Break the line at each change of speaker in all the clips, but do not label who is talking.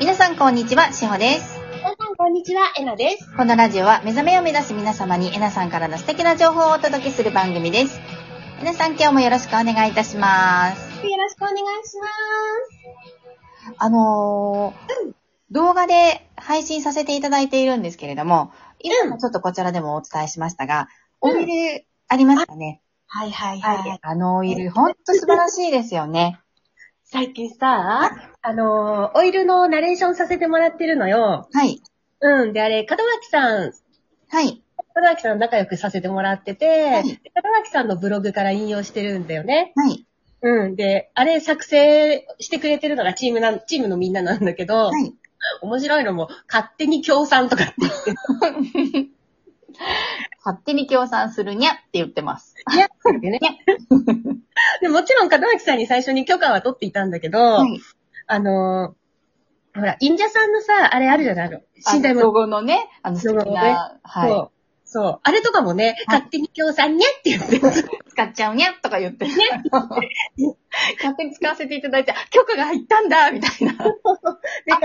皆さんこんにちは、しほです。
皆さん、こんにちは。えなです。
このラジオは目覚めを目指す皆様にえなさんからの素敵な情報をお届けする番組です。えなさん今日もよろしくお願いいたします。
よろしくお願いしま
あのー動画で配信させていただいているんですけれども、今もちょっとこちらでもお伝えしましたが、
うん
オイルありましたね。
す。はいはい
はい。。あのオイル、ほんと素晴らしいですよね。
最近さ、あのー、オイルのナレーションさせてもらってるのよ。
はい。
うん。で、あれ、門脇さん、
はい。
門脇さん仲良くさせてもらってて、
はい
で門脇さんのブログから引用してるんだよね。
はい。
うん。で、あれ作成してくれてるのがチームなん、チームのみんななんだけど、
はい。
面白いのも、勝手に協賛とかって言って
勝手に協賛するにゃって言ってます。
てね。 でもちろん門脇さんに最初に許可は取っていたんだけど、
はい。
あのーほら、忍者さんのさ、あれあるじゃないの。
あ
信頼
の
も
ロ。ゴのね、あの素
ロ
敵
ゴのね
な、はい。
そう。そう。あれとかもね、
はい
勝手に協賛にゃって 言ってる。
使っちゃうにゃとか言って、ね、勝手に使わせていただいて、許可が入ったんだみたいな。
で、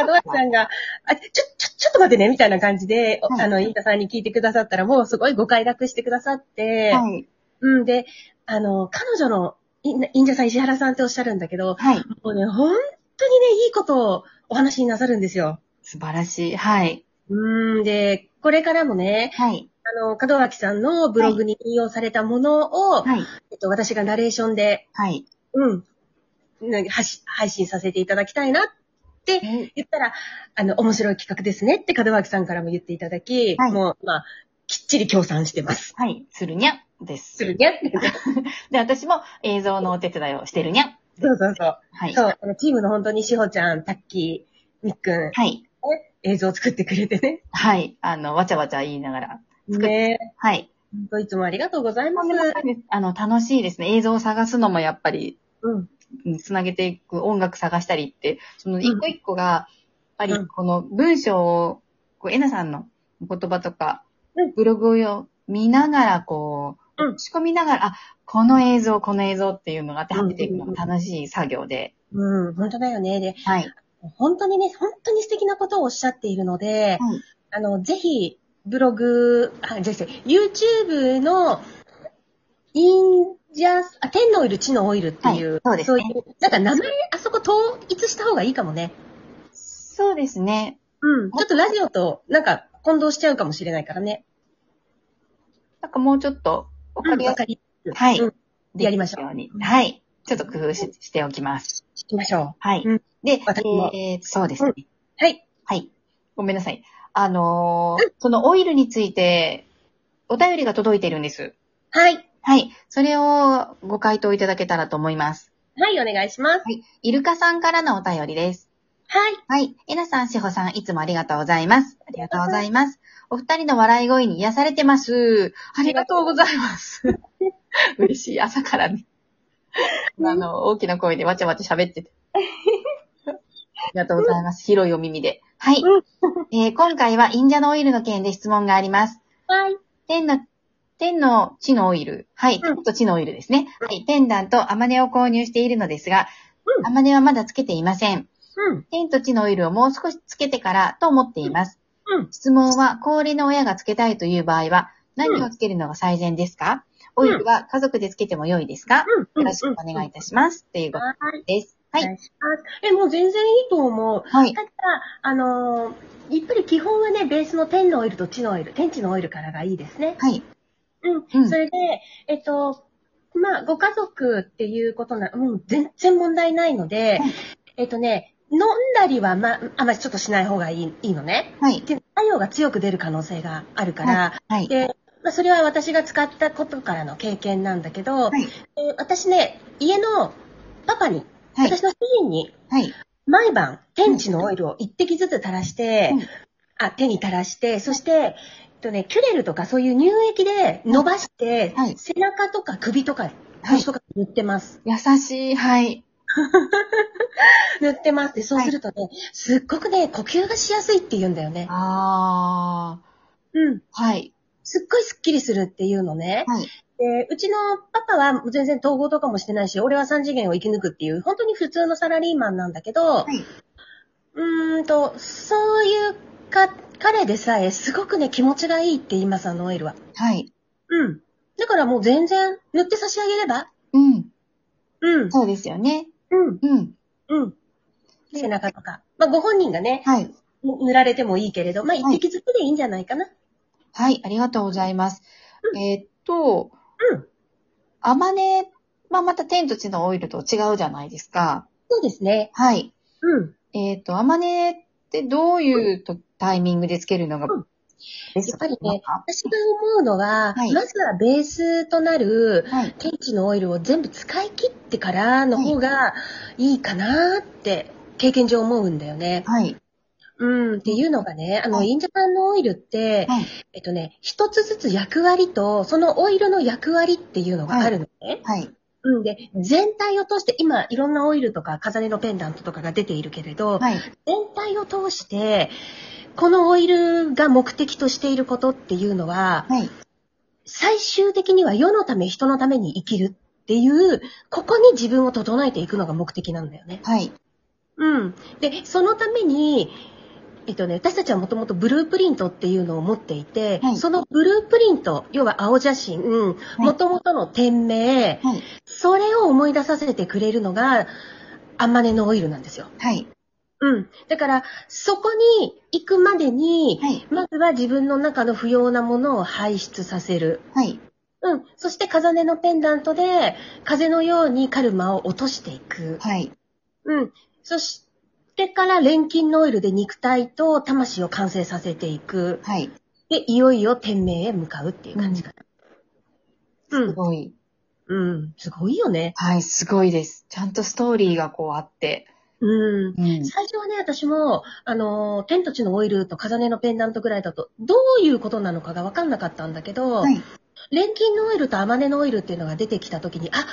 門脇さんが、あ、ちょ、ちょ、ちょっと待ってね、みたいな感じで、お
はい
あの、インタさんに聞いてくださったら、もうすごいご快諾してくださって、
はい。
うんで、あの、彼女の、い忍者さん、石原さんっておっしゃるんだけど、
はい。
もうね、本当にね、いいことをお話になさるんですよ。
素晴らしい。はい。
うん、で、これからもね、
はい。
あの、門脇さんのブログに引用されたものを、
はい。
えっと、私がナレーションで、
はい。
うん、なはし配信させていただきたいなって
え
言ったら、あの、面白い企画ですねって門脇さんからも言っていただき、
はい
もう、まあ、きっちり協賛してます。
はい。するにゃです。
するにゃって。
で、私も映像のお手伝いをしてるにゃ。
そうそうそう。
はい。
そう、あのチームの本当にしほちゃん、タッキー、みっくん、
はい。
映像作ってくれてね。
はい。あの、わちゃわちゃ言いながら。作っ
ね
はい。
本当いつもありがとうござい
と
ます
んで。もないですあの、楽しいですね。映像を探すのもやっぱり
うん。
つなげていく、音楽探したりって、その
ん
一個一個が、やっぱ
う
り
ん
この文章を、こう、えなさんのお言葉とか
うん、
ブログを見ながら、こう、
う
打
ん
ち込みながら、あ、この映像、この映像っていうのが当てはめていくのが楽しい作業で、
うん、本当だよね。で、
はい。
本当にね、本当に素敵なことをおっしゃっているので、
はい
あの、ぜひ、ブログ、あ、じゃあ、YouTube の、インジャス、あ、天のオイル、地のオイルっていう、
はいそうですね
いう、なんか名前、あそこ統一した方がいいかもね。
そうですね。
うん。ちょっとラジオと、なんか、混同しちゃうかもしれないからね。
なんかもうちょっと、わか
うん
り
わ
やす
かり
く、はい。
うん
できる
やりましょう
ように。はい。ちょっと工夫ししておきます。
聞きましょ
はい。
うん
で、
私も
えー、そうですね。
うんう。はい。
はい。ごめんなさい。あのーそのオイルについて、お便りが届いているんです。
はい。
はい。それをご回答いただけたらと思います。
はい、お願いします。
はい。イルカさんからのお便りです。
はい。
はい。えなさん、しほさん、いつもありがとうございます。ありがとうございます。お二人の笑い声に癒されてます。ありがとうございます。 嬉しい。朝からね。あの、大きな声でわちゃわちゃ喋ってて。ありがとうございます。広いお耳で。はい。えー今回は、インジャのオイルの件で質問があります。
はい。
天の、天の地のオイル。はい、
うん
天と地のオイルですね。はい、ペンダント、アマネを購入しているのですが
う、ん
アマネはまだつけていません。
うん。
天と地のオイルをもう少しつけてからと思っています。
うん。
質問は、高齢の親がつけたいという場合は、何をつけるのが最善ですかオイルは家族でつけても良いですか
うん。うん
よろしくお願いいたします。ということ
はい。
です。
は
はい。
い。え、もう全然いいと思う。
はい。
ただ、あのーやっぱり基本はね、ベースの天のオイルと地のオイル、天地のオイルからがいいですね。
はい。
う
うん
ん。それで、えっと、まあ、ご家族っていうことな、うん、全然問題ないので
はい、
えっとね、飲んだりはま、あまりちょっとしない方がいいいいのね。
はい。
で、作用が強く出る可能性があるから、
はい。
で、まあ、それは私が使ったことからの経験なんだけど、
はい
えー私ね、家のパパに、
はい。
私の主人に、
はい。
毎晩、天地のオイルを一滴ずつ垂らして、
うん
あ、手に垂らして、そして、えっとね、キュレルとかそういう乳液で伸ばして、
はい
背中とか首とか、
はい
腰とか塗ってます。
優しい。はい。
塗ってます。で、そうするとね、すっごくね、呼吸がしやすいって言うんだよね。
あ
うん。
ー。はい。
すっごいスッキリするっていうのね。
はい。
で、うちのパパは全然統合とかもしてないし、俺は3次元を生き抜くっていう、本当に普通のサラリーマンなんだけど、
はい
うーんと、そういうか、彼でさえすごくね、気持ちがいいって言います、あのオイルは。
はい。
うん。だからもう全然、塗って差し上げれば
うん。
うん。
そうですよね。
うん。
うん。
うん。背中とか。まあ、ご本人がね、
はい。
塗られてもいいけれど、まあ、一
はい
滴ずつでいいんじゃないかな。
はい、ありがとうございます。
うん
えーっと、
うん。
アマネ、まあ、また天と地のオイルと違うじゃないですか。
そうですね。
はい。
うん。
えーっと、アマネってどういうとタイミングでつけるのが
うん
ベストです
やっ
か
私が思うのは、
はい
まずはベースとなる、
はい。
天地のオイルを全部使い切ってからの方がいいかなって、経験上思うんだよね。
はい。
うん。っていうのがね、あの、
はい
インジャパンのオイルって、
はい
えっとね、一つずつ役割と、そのオイルの役割っていうのがあるのね。
はい。
うんで、全体を通して、今、いろんなオイルとか、飾りのペンダントとかが出ているけれど、
はい。
全体を通して、このオイルが目的としていることっていうのは、
はい。
最終的には世のため、人のために生きるっていう、ここに自分を整えていくのが目的なんだよね。
はい。
うん。で、そのために、えっとね、私たちはもともとブループリントっていうのを持っていて、
はい
そのブループリント、要は青写真、
い
もともとの店名、
はい。
それを思い出させてくれるのが、アンマネのオイルなんですよ。
はい。
うん。だから、そこに行くまでに、
はい。
まずは自分の中の不要なものを排出させる。
はい。
うん。そして、風音のペンダントで、風のようにカルマを落としていく。
はい。
うん。そしてから、錬金のオイルで肉体と魂を完成させていく。
はい。
で、いよいよ天命へ向かうっていう感じかな。う
す
ん。
ごい。
うん。すごいよね。
はい、すごいです。ちゃんとストーリーがこうあって。
うん。
うん
最初はね、私も、あのー、天と地のオイルと風音のペンダントぐらいだと、どういうことなのかが分かんなかったんだけど、
はい。
錬金のオイルとアマネのオイルっていうのが出てきた時に、あ、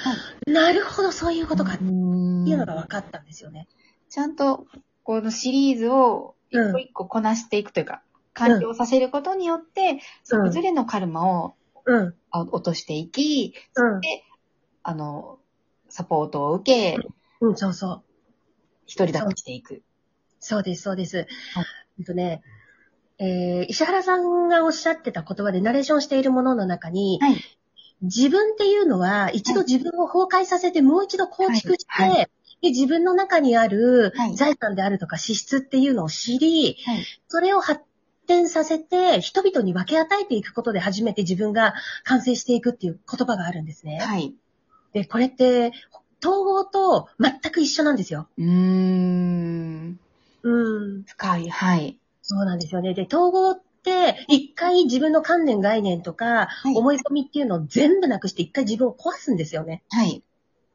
なるほど、そういうことかっていうのが分かったんですよね。
ちゃんと、このシリーズを一
うん
個一個こなしていくというか、完了させることによって、それぞれのカルマを
うん、うん、
あ落としていき、あの、サポートを受け、
うん、そうそう。
一人だけしていく。
そうです、そうです。
はい
えっとね、えー、石原さんがおっしゃってた言葉でナレーションしているものの中に、
はい
自分っていうのは一度自分を崩壊させてもう一度構築して、
はいは
で自分の中にある
はい
財産であるとか資質っていうのを知り、
はい
それを発展させて人々に分け与えていくことで初めて自分が完成していくっていう言葉があるんですね。
はい。
で、これって統合と全く一緒なんですよ。
うーん。
うん。
深い。はい。
そうなんですよね。で、統合って、一回自分の観念、概念とか、
い
思い込みっていうのを全部なくして、一回自分を壊すんですよね。
はい。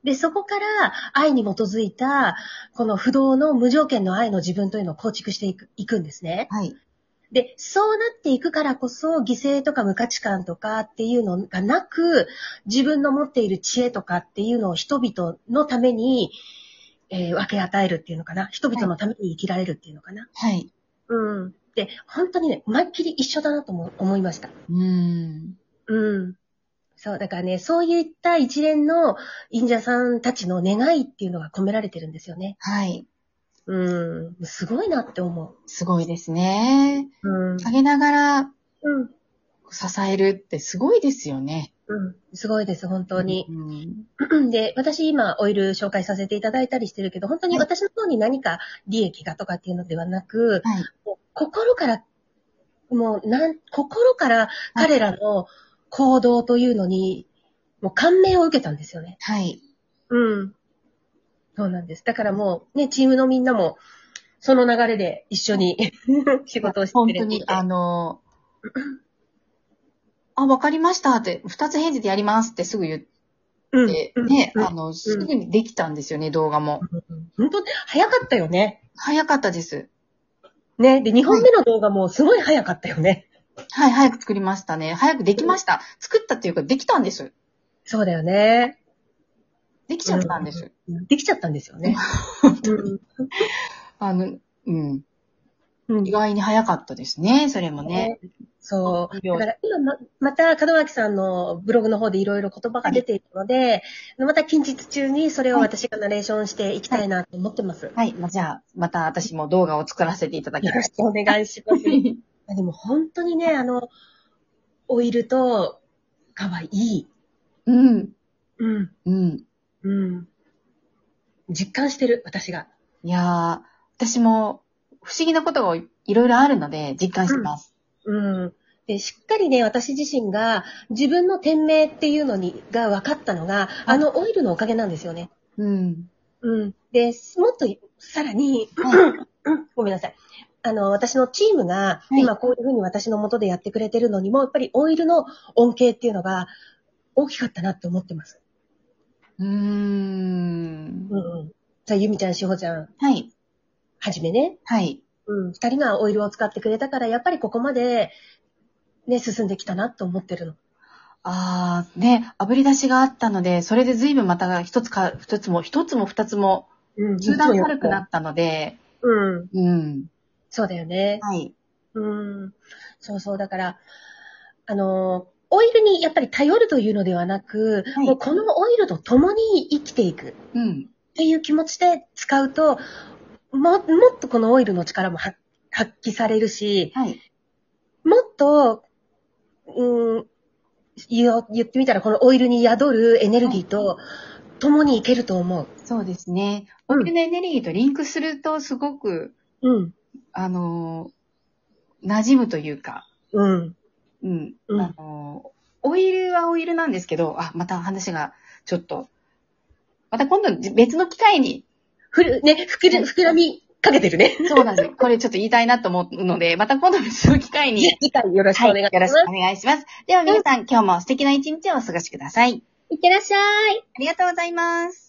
で、そこから、愛に基づいた、この不動の無条件の愛の自分というのを構築していくいくんですね。
はい。
で、そうなっていくからこそ、犠牲とか無価値観とかっていうのがなく、自分の持っている知恵とかっていうのを人々のために、えー分け与えるっていうのかな。人々のために生きられるっていうのかな。
はい。
うん。で、本当にね、まっきり一緒だなとも思いました。
うーん。
うん。そう、だからね、そういった一連の忍者さんたちの願いっていうのが込められてるんですよね。
はい。
うん。すごいなって思
すごいですね。
う。うん。
あげながら
うん。
支えるってすごいですよね。
うん。すごいです、本当に。
うん
で、私今オイル紹介させていただいたりしてるけど、本当に私の方に何か利益がとかっていうのではなく、
はい。
もう心から、もうなん、心から彼らの行動というのに、もう感銘を受けたんですよね。
はい。
うん。そうなんです。だからもう、ね、チームのみんなも、その流れで一緒に 仕事をしてく
本
れて
当
い
に
て、
あの、あ、わかりましたって、二つ返事でやりますってすぐ言っ
うん
て、
うん
ね、
うん
あの、すぐにできたんですよね、動画も。
本当、早かったよね。
早かったです。
ね。で、2本目の動画もすごい早かったよね。
はい、早く作りましたね。早くできました。作ったっていうか、できたんです。
そうだよね。
できちゃったんです。
できちゃったんです よね。
あの、うん。
うん
意外に早かったですね、それもね。
ねそう。
うん
だから今ま、また門脇さんのブログの方でいろいろ言葉が出ているので、また近日中にそれを私がナレーションしていきたいなと思ってます。
はい。まあ、じゃあ、また私も動画を作らせていただき
よろ
ます。
しくお願いします。
い
でも本当にね、あの、オイルと、かわいい。
うん。
うん。
うん。
うん。実感してる、私が。
いやー、私も不思議なことがいろいろあるので、実感してます。
うん。で、しっかりね、私自身が自分の店名っていうのに、が分かったのが、あのオイルのおかげなんですよね。
うん。
うん。で、もっと、さらに、
はい。
ごめんなさい。あの、私のチームが、
い
今こういうふうに私の元でやってくれてるのにも、やっぱりオイルの恩恵っていうのが大きかったなって思ってます。
うーん
う。んうん。さあ、ゆみちゃん、しほちゃん、
はい。
はじめね。
はい。
うん。二人がオイルを使ってくれたから、やっぱりここまで、ね、進んできたなと思ってるの。
あー、ね、炙り出しがあったので、それで随分また一つか、一つも、一つも二つも、
うん。
中断軽くなったので、
うん。
うん。
そうだよね。
はい。
うん。そうそう。だから、あの、オイルにやっぱり頼るというのではなく、
はい
もうこのオイルと共に生きていくっ
うん。
ていう気持ちで使うと、も、もっとこのオイルの力も発発揮されるし、
はい。
もっと、うん、言お言ってみたらこのオイルに宿るエネルギーと共にいけると思う。
そうですね。
う
オ
ん
イルのエネルギーとリンクすると、すごく、
うん。
あのー馴染むというか、
うん。
うん。
うん
あのーオイルはオイルなんですけど、あ、また話がちょっと、また今度別の機会に、
ふる、ね、ふくる、膨らみかけてるね。
そうなんですよ。これちょっと言いたいなと思うので、また今度別の機会に、
次回よろしくお
は
願
い、
い
よ
しま
ろし
す。
くお願いします。では皆さん、今日も素敵な一日をお過ごしください。
いってらっしゃい。
ありがとうございます。